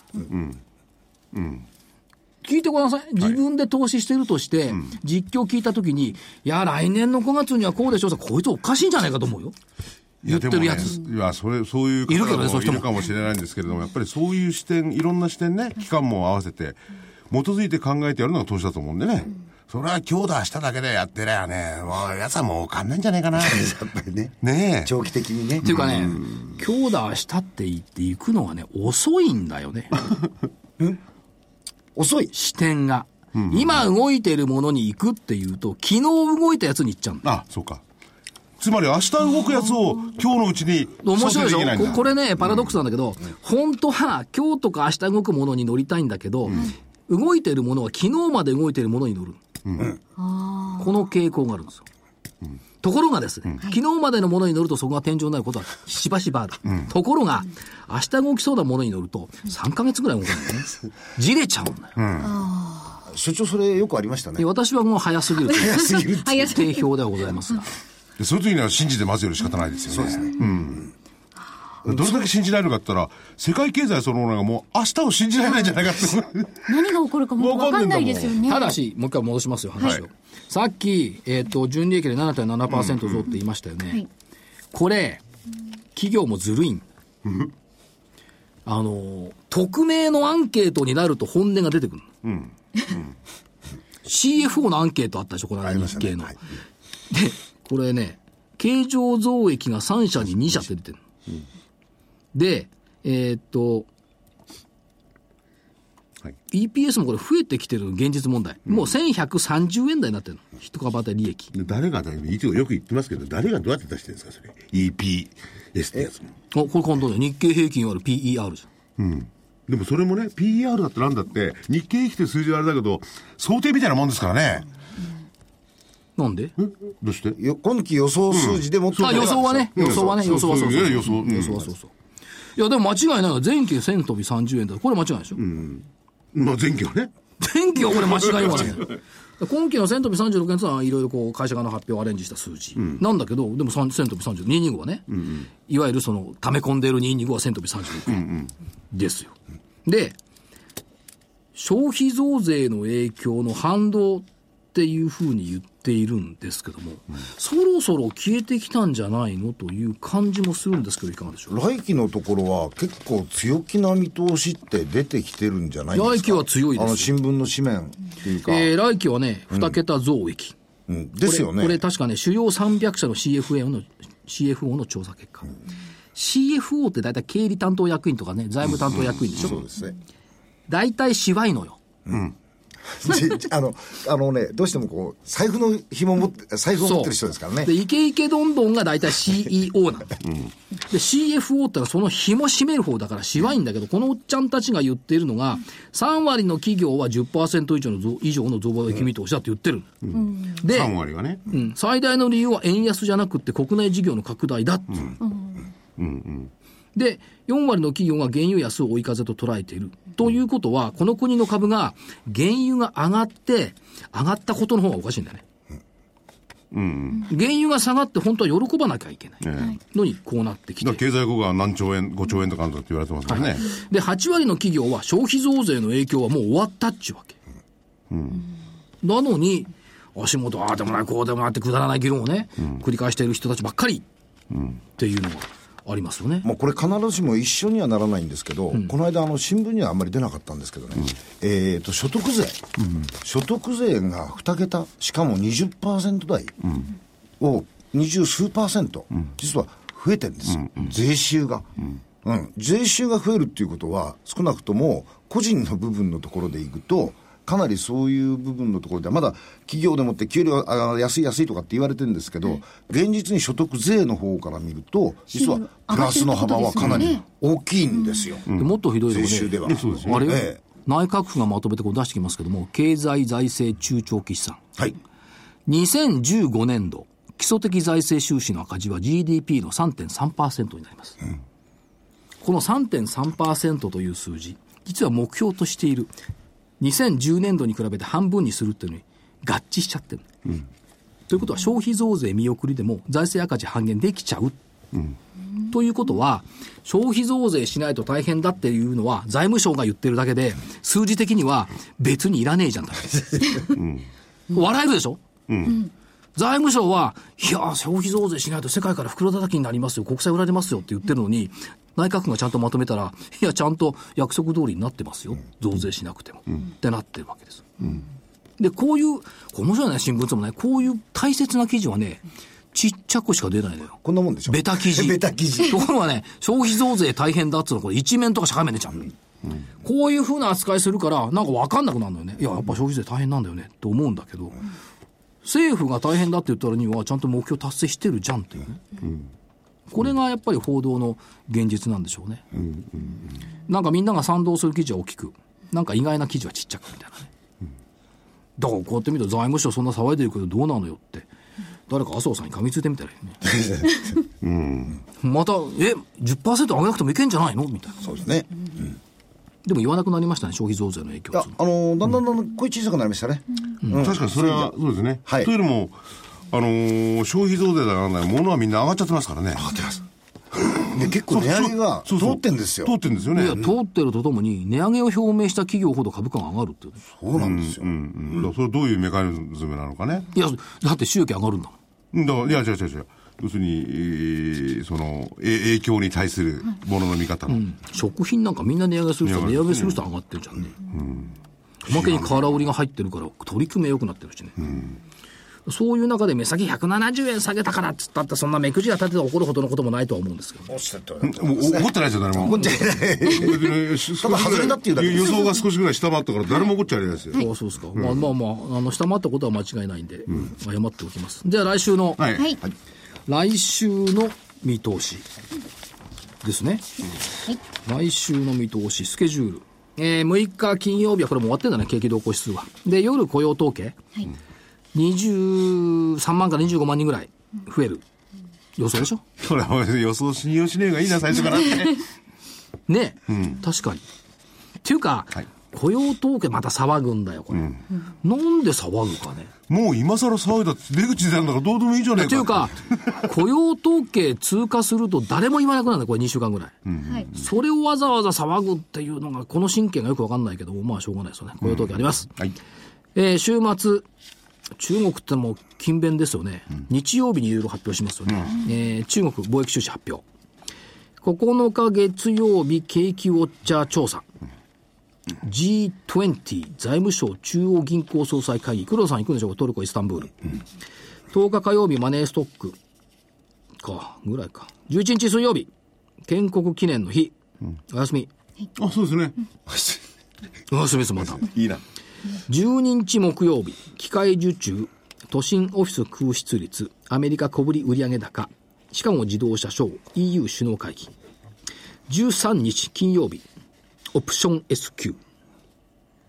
聞いてごらんなさい。自分で投資してるとして、実況聞いたときに、いや、来年の5月にはこうでしょうさ、こいつおかしいんじゃないかと思うよ。い言やでってもるやねつ。いや、それ、そういういるけ方どねもそういう人いもるかもしれないんですけれども、やっぱりそういう視点、いろんな視点ね、期間も合わせて、基づいて考えてやるのが投資だと思うんでね。それは今日だ、明日だけでやってりゃね、もう、やつはもうかんないんじゃない かな。やっぱりね。ねえ。長期的にねっ。ていうかね、今日だ、明日って言って行くのがね、遅いんだよね。遅い。視点が。今動いてるものに行くっていうと、昨日動いたやつに行っちゃうんだ。あ、そうか。つまり明日動くやつを今日のうちに面白いでし想定きないんょだここれね、パラドックスなんだけど、本当は今日とか明日動くものに乗りたいんだけど、動いてるものは昨日まで動いてるものに乗る。この傾向があるんですよ。ところがですね、昨日までのものに乗るとそこが天井になることはしばしばある。ところが、明日動きそうなものに乗ると、3ヶ月ぐらい動か ないね。じれちゃうんだよ。所長、それよくありましたでね。私はもう早すぎるというすぎる。早すぎ定評ではございますが。でそういう時には信じて待つより仕方ないですよね。そうですね。うん。どれだけ信じられるかって言ったら、世界経済そのものがもう明日を信じられないんじゃないかって。何が起こるかもう分かんないですよねただし、もう一回戻しますよ、話を。はいさっき、えっ、と、純利益で7.7%増って言いましたよね。はいこれ、企業もずるいん。あの、匿名のアンケートになると本音が出てくる。CFO のアンケートあったでしょ、この間日経の。はいで、これね、経常増益が3社に2社って出てる。で、えーっと、 EPS もこれ増えてきてる現実問題。もう1130円台になってるの。一株当たり利益。で誰が出してよく言ってますけど、誰がどうやって出してるんですか、それ。EPS ってやつも。お、これ今度ね、日経平均割る PER じゃん。でもそれもね、PER だってなんだって、日経平均って数字はあれだけど、想定みたいなもんですからね。なんでえどうしてよ今期予想数字でもっと、あ、予想はね、予想はね、そ予う想そうはそういそう。や予想うん予想はそうそう。いや、でも間違いないわ。前期1000飛び30円だ。これ間違いないでしょ。まあ前期はね。前期はこれ間違いは ない。今期の1000飛び36円ってのは、いろいろこう、会社側の発表をアレンジした数字。なんだけど、でも3 1000飛び36、225はね、いわゆるその、溜め込んでいる225は1000飛び36円ですよ。で、消費増税の影響の反動っていうふうに言っているんですけども、そろそろ消えてきたんじゃないのという感じもするんですけど、いかがでしょう来期のところは結構強気な見通しって出てきてるんじゃないですか来期は強いですよあの新聞の紙面っていうか、えー、来期はね、2桁増益。うん、ですよねこれ、これ確かね、主要300社の CFO の CFO の調査結果。CFO って大体経理担当役員とかね、財務担当役員でしそうょで。すね大体しわいのよ。 じじあのあのねどうしてもこう財布の紐持って財布を持ってる人ですからねで、イケイケどんどんが大体 CEO なんだ。 で、CFO ってのはその紐締める方だからしわいんだけど、このおっちゃんたちが言っているのが、3割の企業は10%以上の増以上の増益見通しだって言ってる。で、 3割はね。うん最大の理由は円安じゃなくて国内事業の拡大だっていうで、4割の企業が原油安を追い風と捉えている。ということは、この国の株が、原油が上がって、上がったことの方がおかしいんだよね。原油が下がって本当は喜ばなきゃいけないのにこうなってきだからて。経済効果は何兆円、5兆円とかあるとかって言われてますからね。で、8割の企業は消費増税の影響はもう終わったっちゅうわけ。なのに、足元、ああでもない、こうでもないってくだらない議論をね、繰り返している人たちばっかり、っていうのがありますよね。まあ、これ必ずしも一緒にはならないんですけど、この間あの新聞にはあんまり出なかったんですけどね、えー、と所得税、所得税が2桁しかも20%台を二十数パーセント、実は増えてるんですよ、税収が、うん税収が増えるっていうことは少なくとも個人の部分のところでいくとかなりそういう部分のところではまだ企業でもって給料あ安い安いとかって言われてるんですけど、現実に所得税の方から見ると実はプラスの幅はかなり大きいんですよ。でもっとひどいの税収ではがね、そうですねあれよ、ええ内閣府がまとめてこう出してきますけども、経済財政中長期試算。はい。 2015年度、基礎的財政収支の赤字は GDP の3.3%になります。この3.3%という数字、実は目標としている、2010年度に比べて半分にするっていうのに合致しちゃってる。ということは消費増税見送りでも財政赤字半減できちゃう。ということは、消費増税しないと大変だっていうのは財務省が言ってるだけで、数字的には別にいらねえじゃんだ。笑えるでしょ、財務省は、いやー、消費増税しないと世界から袋叩きになりますよ、国債売られますよって言ってるのに、内閣府がちゃんとまとめたら、いや、ちゃんと約束通りになってますよ、増税しなくても。ってなってるわけです。で、こういう、これ面白いね、新聞でもね、こういう大切な記事はね、ちっちゃくしか出ないのよ。こんなもんでしょベタ記事。ベタ記事。ところがね、消費増税大変だっつうのは、これ一面とか社会面でちゃう。こういうふうな扱いするから、なんかわかんなくなるのよね。いや、やっぱ消費税大変なんだよね、と思うんだけど、政府が大変だって言ったらには、ちゃんと目標達成してるじゃんっていうね。これがやっぱり報道の現実なんでしょうね。なんかみんなが賛同する記事は大きく、なんか意外な記事はちっちゃくみたいなね。だからこうやって見ると財務省そんな騒いでるけどどうなのよって、誰か麻生さんに噛みついてみたらいいね。また、え、10%上げなくてもいけんじゃないのみたいな。そうですね。でも言わなくなりましたね、消費増税の影響いやっていうのはあのだんだんだんだん声小さくなりましたね。確かにそれは、そうですね。はいというよりも、あのー消費増税だなんだ、物はみんな上がっちゃってますからね。で結構値上げが通そうそうってんですよ通。ってんですよね。いや、通ってるとともに、値上げを表明した企業ほど株価が上がるっていうね、そうなんですよ。うんだからそれどういうメカニズムなのかね。いや、だって収益上がるんだもん。だから、いや、違う違う違う。要するに、えーその、え影響に対するものの見方の。食品なんかみんな値上げする人は値値上上げげする人は上がってるじゃんね。おまけに空売りが入ってるから取り組みが良くなってるしね。そういう中で目先170円下げたからっつったって、そんな目くじら立てて怒るほどのこともないとは思ううんですけど。落ちてったよもう怒ってないですよ、誰も。怒っちゃいない。 たただ外れたっていうだけです予想が少しぐらい下回ったから、誰も怒っちゃいないですよ。あそうですか。まあまあまあ、あの、下回ったことは間違いないんで、謝っておきます。じゃあ来週の、はい。はい。来週の見通しですね。来週の見通し、スケジュール。えー、6日金曜日はこれもう終わってんだね、景気動向指数は。で、夜雇用統計。はい。 23万から25万人ぐらい増える。予想でしょそれは予想信用しねえがいいな、最 初からって。ね、確かに。っていうか、はい雇用統計また騒ぐんだよ、これ。なんで騒ぐかね。もう今更騒いだって出口出たんだからどうでもいいじ ゃねえか。っていうか、雇用統計通過すると誰も言わなくなるんだよ、これ2週間ぐらい。はい。それをわざわざ騒ぐっていうのが、この神経がよくわかんないけど、まあしょうがないですよね。雇用統計あります。はい。えー週末、中国ってもう勤勉ですよね。日曜日にいろいろ発表しますよね。えー中国貿易収支発表。9日月曜日、景気ウォッチャー調査。G20 財務省中央銀行総裁会議。黒田さん行くんでしょうかトルコ、イスタンブール。10日火曜日、マネーストック。か、ぐらいか。11日水曜日、建国記念の日。お休み。あ、そうですね。お休みです、また。いいな。 12日木曜日、機械受注、都心オフィス空室率、アメリカ小売売上高、シカゴ自動車ショー、EU 首脳会議。13日金曜日、オプション S q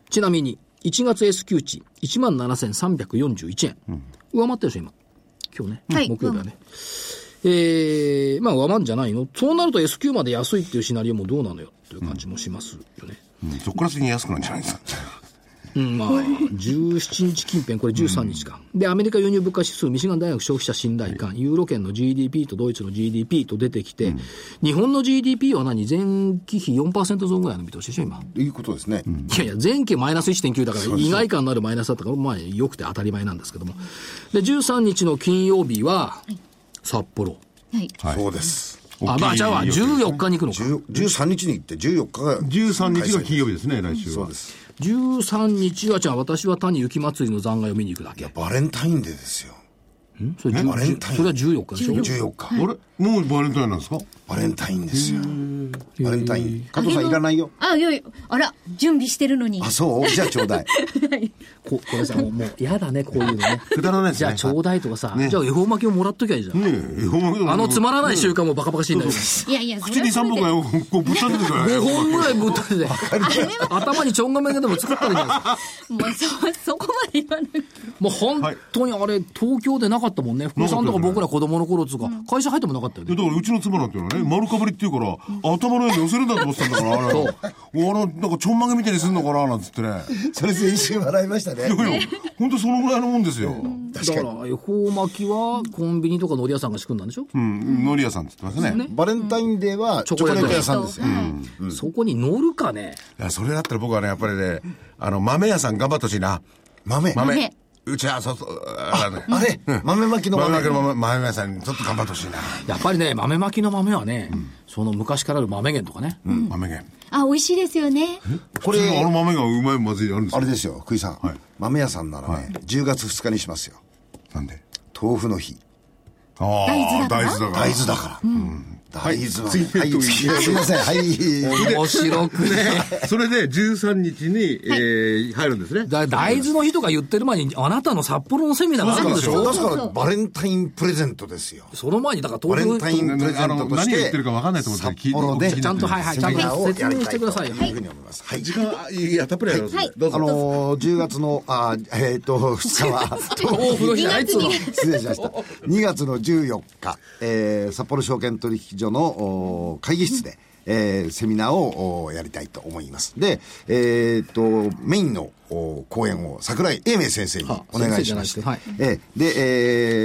ちなみに、1月 S q 値、17,341円。上回ってるでしょ、今。今日ね。はい木曜日はね。えー、まあ上回るんじゃないのそうなると S q まで安いっていうシナリオもどうなのよっていう感じもしますよね。そっから先に安くなるんじゃないですか。うん、 まあ、17日近辺、これ13日か。で、アメリカ輸入物価指数、ミシガン大学消費者信頼感、ユーロ圏の GDP とドイツの GDP と出てきて、日本の GDP は何前期比4%増ぐらいの見通しでしょ、今。ということですね。いやいや、前期マイナス1.9だから、意外感のあるマイナスだったから、まあ、良くて当たり前なんですけども。で、13日の金曜日は、札幌。はい。そうです。あ、まあ、じゃあ、14日に行くのか。 10 13日に行って、14日が。 13日が金曜日ですね、来週は。そうです。 13日は、じゃあ、私は谷雪祭りの残骸を見に行くだけ。バレンタインデーですよ。それバレンタイ10ンそれは14日でしょ。 14日。あれもうバレンタインなんですかバレンタインですよ。バレンタイン。加藤さんいらないよ。あ、いやいや、あら、準備してるのに。あ、そうじゃあちょう だい。ここれさ、もう、もう嫌だね、こういうのね。くだらないです ね。じゃあ、ちょうだいとかさ、じゃあ、恵方巻きをもらっときゃいいじゃん。ねえ、あのつまらない習週慣もバカバカしいんだよ。いやいや、そ口れにはそ3れ本で。がこうぶっ立ててくら5い。本ぐらい ぶっ飛んで、頭にちょんがめがでも作ったらいいじゃないですか。もう、そ、そこまで言わなくて。もう本当にあれ、東京でなかったもんね。福井さんとか僕ら子供の頃っつうか、会社入ってもなかったよだね。からうちの妻なんていうのはね、丸かぶりっていうから、頭の上に寄せるんだと思ってたんだから、あれ。そうあれ、なんかちょんまげみたいにすんのかな、なんつってね。それ先週笑いましたね。いやいや、ほんとそのぐらいのもんですよ。だから、恵方巻きはコンビニとかのり屋さんが仕組んだんでしょ、うん、のり屋さんって言ってますね。バレンタインデーはチョコレート屋さんですよ。そこに乗るかね。いや、それだったら僕はね、やっぱりね、あの、豆屋さん頑張ってほしいな。豆。豆豆。うちは、そうそう、あのねあれ豆巻きの豆豆だけ。の豆豆屋さんにちょっと頑張ってほしいな。やっぱりね、豆巻きの豆はね、その昔からある豆源とかね。豆が。あ、美味しいですよね。これ、あの豆がうまいまずいあるんですあれかですよ、福井さんはい。豆屋さんならね、10月2日にしますよ。なんで豆腐の日。ああ、大大豆だから。大豆だから。大豆はね。ははいい、次すいません。 はい。面白くね。それで13日に、えー入るんですね。だ大豆の日とか言ってる前に、あなたの札幌のセミナーがあるんでしそょうだからバレンタインプレゼントですよ。その前に、だからバレ東ン京タインプレゼントとしてあの何を言ってるか分かんないと思って聞いて札幌でちゃんとはいはいちゃんとセミナーをやりた説明してくださいよというふうに思います。はい。時間、あいや、たっぷりありますはいどうあぞ。のー、10月の、あーえっ、と、2日は、豆腐の日2あい月つのに。失礼しました。2月の14日、えー札幌証券取引所のおー会議室で、えーセミナーをおーやりたいと思います。で、えーっと、メインのおー講演を桜井英明先生にお願いしまして、はあ先生えーで、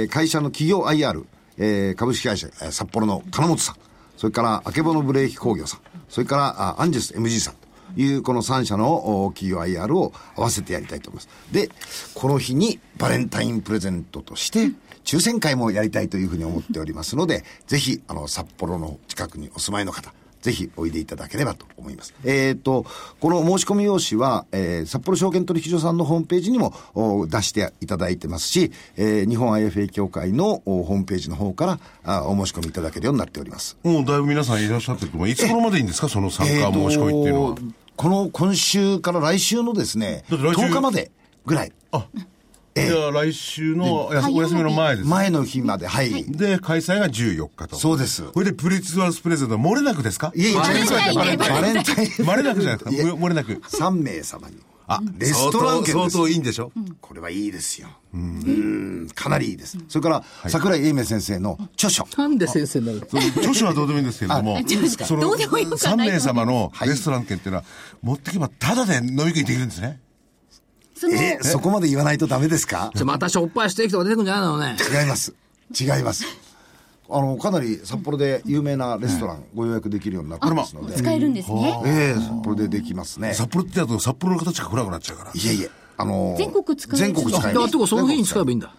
えー会社の企業 IR、えー株式会社、えー札幌の金本さん、それから、あけぼのブレーキ工業さん、それから、あアンジェス MG さんという、この3社のお企業 IR を合わせてやりたいと思います。で、この日にバレンタインプレゼントとして、抽選会もやりたいというふうに思っておりますので、ぜひ、あの、札幌の近くにお住まいの方、ぜひおいでいただければと思います。えっ、と、この申し込み用紙は、えー札幌証券取引所さんのホームページにもお出していただいてますし、えー日本 IFA 協会のおホームページの方からあお申し込みいただけるようになっております。もうだいぶ皆さんいらっしゃってると思う。いつ頃までいいんですかその参加えーと申し込みっていうのは。この今週から来週のですね、だって来週10日までぐらい、あ、いや、来週のやすお休みの前です。前の日まで、はい。で、開催が14日と。そうですこれでプリツワースプレゼントは漏れなくですかいやいや、バレンタインバレンタインバレンタイン。漏れなくじゃないですか漏れなく。 3名様に。あ、レストラン券です相当相当いいんでしょこれはいいですよ。うん、かなりいいです。それから、桜井英明先生の著書。なんで先生になるその著書はどうでもいいんですけれども、そどうでもよくは3ない名様のレストラン券っていうのは、持ってけばタダで飲み食いできるんですね。その、え、そこまで言わないとダメですかじゃあまたしょっぱいステーキとか出てくんじゃないのね。違います。違います。 あの、かなり札幌で有名なレストランご予約できるようになってますので。使えるんですね。ええ、札幌でできますね。札幌ってやと札幌の形が暗くなっちゃうから。いえいえ、あのー全国使える全国だ使かえらまっすてことはその日に使えばいいんだ。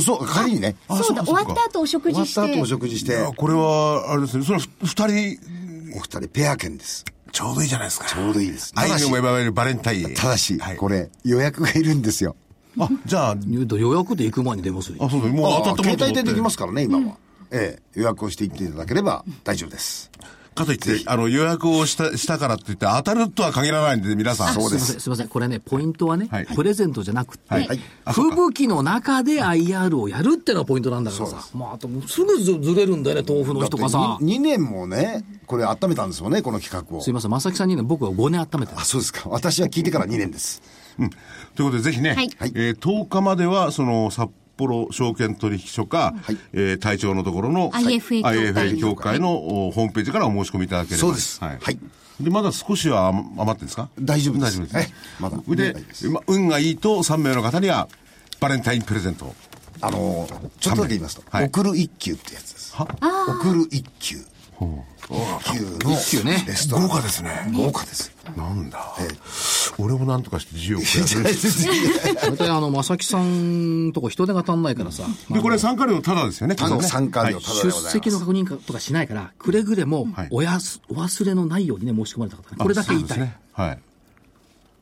そう、仮にね。あそうだ、終わった。後お食終わ事っした後おて。食事しいてや、、これは、あれですね、それはふ二人、お二人ペア券です。ちょうどいいじゃないですか。ちょうどいいです愛に思えばれるバレンタイン。ただしは、いこれ、予約がいるんですよ。あ、じゃあ、予約で行く前に出ますよ。あ、そうだ、もう当たったもん携帯でできますからね、今は。ええ、予約をしていっていただければ大丈夫です。かといって、あの、予約をした、したからって言って当たるとは限らないんで、皆さん。そうでいすません、すいません。これね、ポイントはね、はいプレゼントじゃなくて、はいはい吹雪の中で IR をやるってのがポイントなんだからさ。まあ、あと、すぐずずれるんだよね、豆腐の日とかさ。 2年もね、これ温めたんですよね、この企画をすい。ません、正木さんにね、僕は5年温めてるあ、そうですか。私は聞いてから2年です。ということで、ぜひね、はいえー10日までは、その、札幌証券取引所か、えー隊長のところの、 IFA はい協会 IFA 協会のおホームページからお申し込みいただければ。そうですはい。はいで、まだ少しは余余ってるんですか大丈夫です大丈夫ですはいね。まだで大丈夫です、ま運がいいと3名の方には、バレンタインプレゼントを。あの、ちょっとだけ言いますと、はい送る一級ってやつです。送る一級。一級の一級ねレストラン。豪華ですね。豪華です。なんだ。俺もなんとかして自由を増 やせる。大体あの、正木さんとこ人手が足んないから さ、で、これ参加料タダですよね、あこの、れね参加料はいただで出ござい席のます。確認かとかしないから、くれぐれもはいおやす、お忘れのないようにね、申し込まれた方、これだけ言いたい。そうですねはい。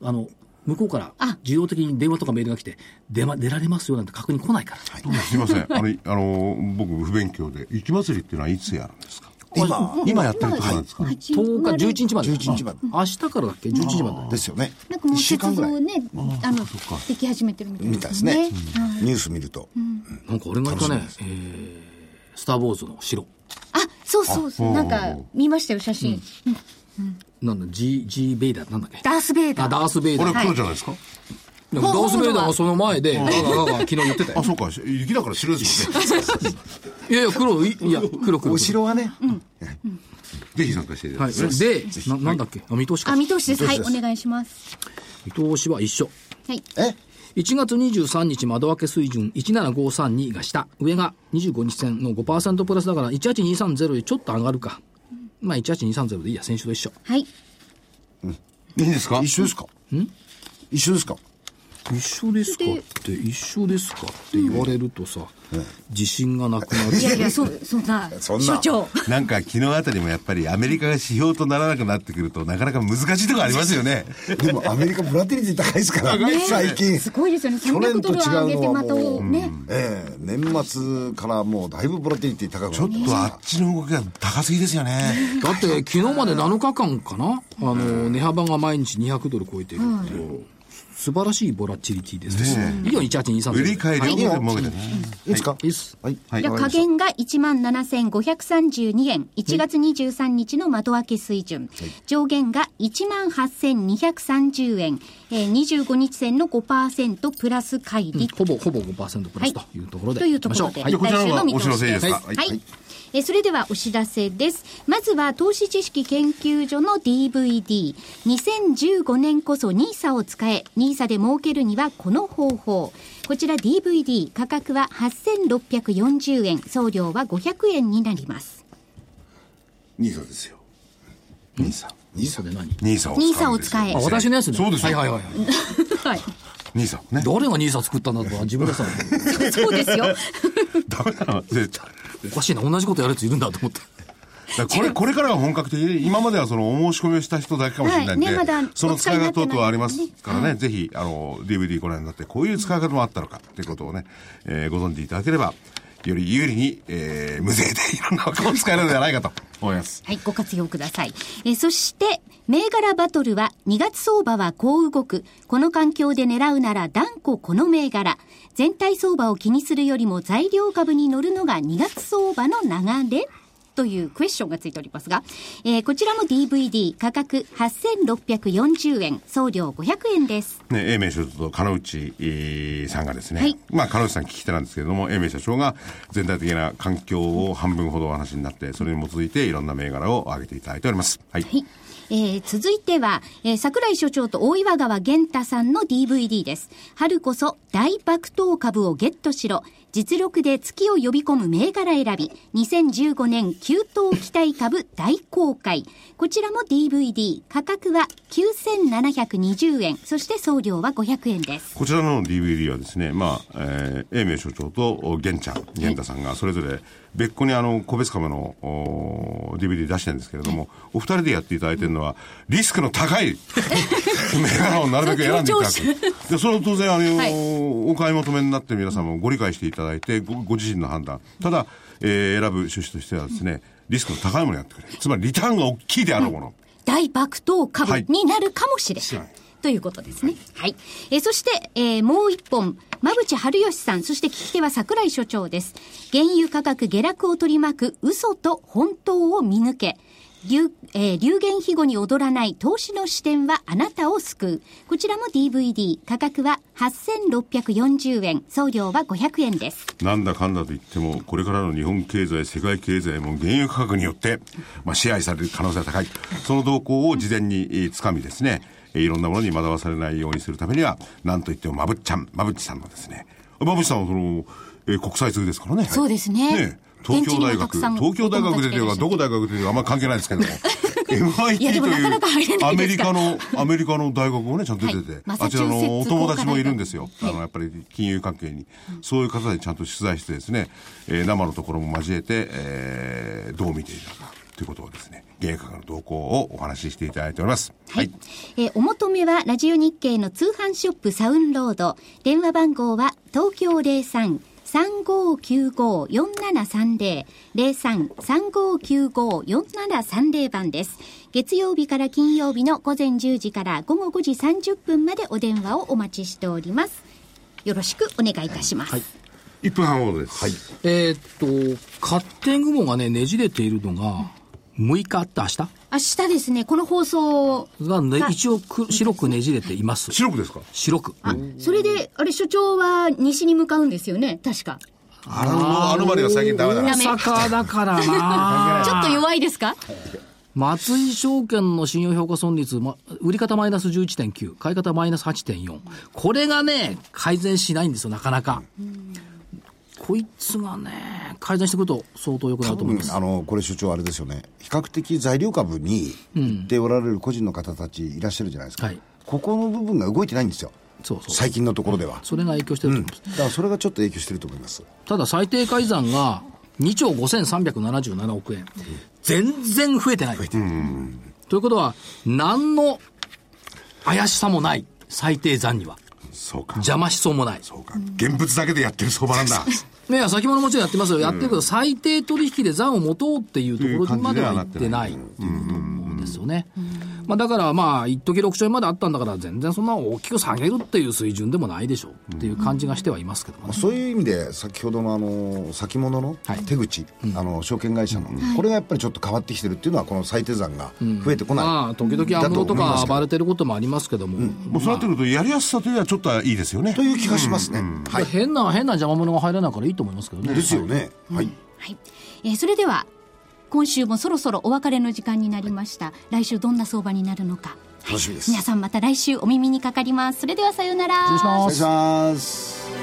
あの、向こうから、需要的に電話とかメールが来て、出ま、出られますよなんて確認来ないから。すいません。あの、いあの僕、不勉強で、雪祭りっていうのはいつやるんですか今、今やってるところなんですか10日、11日まで。 11日まであ明日からだっけ ?11 日までだよ。ですよね。なんかも一う週鉄間ぐら道い。ね、あの、でき始めてるみたいみたいですね。うんニュース見ると。なんか俺がいたね、えースター・ウォーズの城。あ、そうそうそう。なんか、見ましたよ、写真。なんだ、G、G ・ベイダーなんだっけダース・ベイあ、ダー。ダース・ベイダこれー。今日じゃないですかでもダース・ベイダーはその前で、なんかなんか昨日言ってた あ、よ。そうか。雪だから白い ですもんね。いやいや、黒、いいや、黒、黒。お城はね、ぜひ参加していただはいい。てね。で、ななんだっけあ、見通しかあ、。見通しです。はい、見通しでおす願いします。見通しは一緒。はい。え1月23日窓開け水準17532が下上が25日線の5%プラスだから18230よりちょっと上がるかまあ18230でいいや先週と一緒はい。いいんですか一緒ですか一緒ですか一緒ですかって一緒ですかって言われるとさ、自信がなくなるいやいや、そ、そんな、所そんな 長。なんか昨日あたりもやっぱりアメリカが指標とならなくなってくるとなかなか難しいところありますよね。でもアメリカブラティリティ高いですから、最近。すごいですよね。去年300ドとル違上うげてのはまたもお、う、ね。ええ年末からもうだいぶボラティリティ高く ちなょってますとあっちの動きが高すぎですよね。だって昨日まで7日間かなあの値幅が毎日200ドル超えてるっていう、素晴らしいボラチリティです、ね、いいよ18230 売り買い両方で儲けてね。いいですかいいっすはい。はいじゃあ加減が17,532円。1月23日の窓開け水準。上限が18,230円。えー、25日線の5%プラス乖離。ほぼほぼ5%プラスというところで、というところで、行きましょうこちらの方が来週見お通知らせいいですかはい。はいはいえーそれではお知らせです。まずは投資知識研究所の DVD。2015年こそ NISA を使え、NISA で儲けるにはこの方法。こちら DVD 価格は8640円、送料は500円になります。ニーサですよ。ニーサ。ニーサで何ニーサをニーサを使えあ私のやつねそうですはいよ。はいはいはい。ニーサ。ね。誰がニーサ作ったんだとか自分 でさ そうですよ。ダメだな。絶対おかしいな同じことやるやついるんだと思ってだからこれ、これからが本格的で、今まではそのお申し込みをした人だけかもしれないんで、はいねまだその使いお使いにな方ってない等々ありますからね、ぜひ、あの、DVD ご覧になって、こういう使い方もあったのか、ということをね、えーご存知いただければ、より有利に、えー無税でいろんな枠を使えるのではないかと思います。はい、ご活用ください。えーそして、銘柄バトルは2月相場はこう動く。この環境で狙うなら断固この銘柄。全体相場を気にするよりも材料株に乗るのが2月相場の流れというクエスチョンがついておりますが、えーこちらも DVD 価格8640円、送料500円です。ね、英明所長と金内えーさんがですね、はいまあ、金内さん聞き手なんですけれども、英明社長が全体的な環境を半分ほどお話になって、それに基づいていろんな銘柄を挙げていただいております。はい。はい。えー続いては、えー桜井所長と大岩川源太さんの DVD です。春こそ大爆投株をゲットしろ。実力で月を呼び込む銘柄選び。2015年急騰期待株 大公開。こちらも DVD。価格は9720円。そして送料は500円です。こちらの DVD はですね、まあ、えー、英明所長と玄ちゃん、玄太さんがそれぞれ別個にあの、個別株のおー DVD 出してるんですけれども、お二人でやっていただいてるのは、リスクの高い 銘柄をなるべく選んでいただく。で、それを当然、あの、はいお買い求めになって皆さんもご理解していただいて、ごご自身の判断。ただ、えー選ぶ趣旨としてはですね、リスクの高いものをやってくれ。つまり、リターンが大きいであろうもの。大爆投株はいになるかもしれない。はいということですね。はい。えーそして、えーもう一本、馬淵春吉さん、そして聞き手は桜井所長です。原油価格下落を取り巻く嘘と本当を見抜け。流、えー流言飛語に踊らない投資の視点はあなたを救う。こちらも DVD、価格は8640円、送料は500円です。なんだかんだと言っても、これからの日本経済、世界経済も原油価格によって、まあ、支配される可能性が高い。その動向を事前にえーつかみですね、えーいろんなものに惑わされないようにするためには、なんといっても、まぶっちゃん、まぶっちさんのですね、まぶっちさんはその、えー国際通ですからね。そうですね東京大現地にもたく学、さん東京大学出てるお友達がいらっしゃるか、どこ大学出てるかあんまり関係ないですけども。MIT いやでもとなかなか入いれうなアいメでリすかカらの、アメリカの大学をね、ちゃんと出てて、はいマサあチちューセッらツのお友達もいるんですよ。工科大学あの、やっぱり金融関係に、そういう方でちゃんと取材してですね、えー生のところも交えて、えーどう見ているのかということをですね、原価格の動向をお話ししていただいております。はい。えーお求めはラジオ日経の通販ショップサウンロード。電話番号は東京03。3595-4730、03-3595-4730番です。月曜日から金曜日の午前10時から午後5時30分までお電話をお待ちしております。よろしくお願いいたします。 1分半ほどです。はい。えーっと、勝手雲がね、ねじれているのが、6日あって明日明日ですね、この放送、が、ねはい一応く白くねじれています。白くですか白く。あ、それで、あれ、所長は西に向かうんですよね、確か。あの、あのまりは最近ダメだな大メ阪だからな ちょっと弱いですか松井証券の信用評価損率、ま、売り方マイナス11.9、買い方マイナス8.4。これがね、改善しないんですよ、なかなか。こいつがね、改善してくると相当良くなると思いますうん。あのこれ所長あれですよね比較的材料株に行っておられる個人の方たちいらっしゃるじゃないですか、はいここの部分が動いてないんですよそうそう最近のところでは、それが影響してると思います。だからそれがちょっと影響してると思いますただ最低改ざんが2兆5377億円。全然増えてない。ということは、何の怪しさもない。最低残には。そうか。邪魔しそうもない。そうか。現物だけでやってる相場なんだ。ねえ、先物もちろんやってますよ。やってるけど、最低取引で残を持とうっていうところにまでは行ってないっていうことですよね。まあだからまあ、一時6兆円まであったんだから、全然そんな大きく下げるっていう水準でもないでしょうっていう感じがしてはいますけどもね。そういう意味で先ほどのあの先物の手口、あの証券会社の、これがやっぱりちょっと変わってきてるっていうのはこの最低算が増えてこない、まあ、時々アだムロとと思いまかすけど暴れてることもありますけども、もうそうなってくると、やりやすさというのはちょっとはいいですよね。という気がしますね、はい変な、変な邪魔者が入らないからいいと思いますけどね。ですよね、はいはい、えーそれでは今週もそろそろお別れの時間になりました、来週どんな相場になるのか楽しみです皆さんまた来週お耳にかかりますそれではさようなら失礼しますお願いします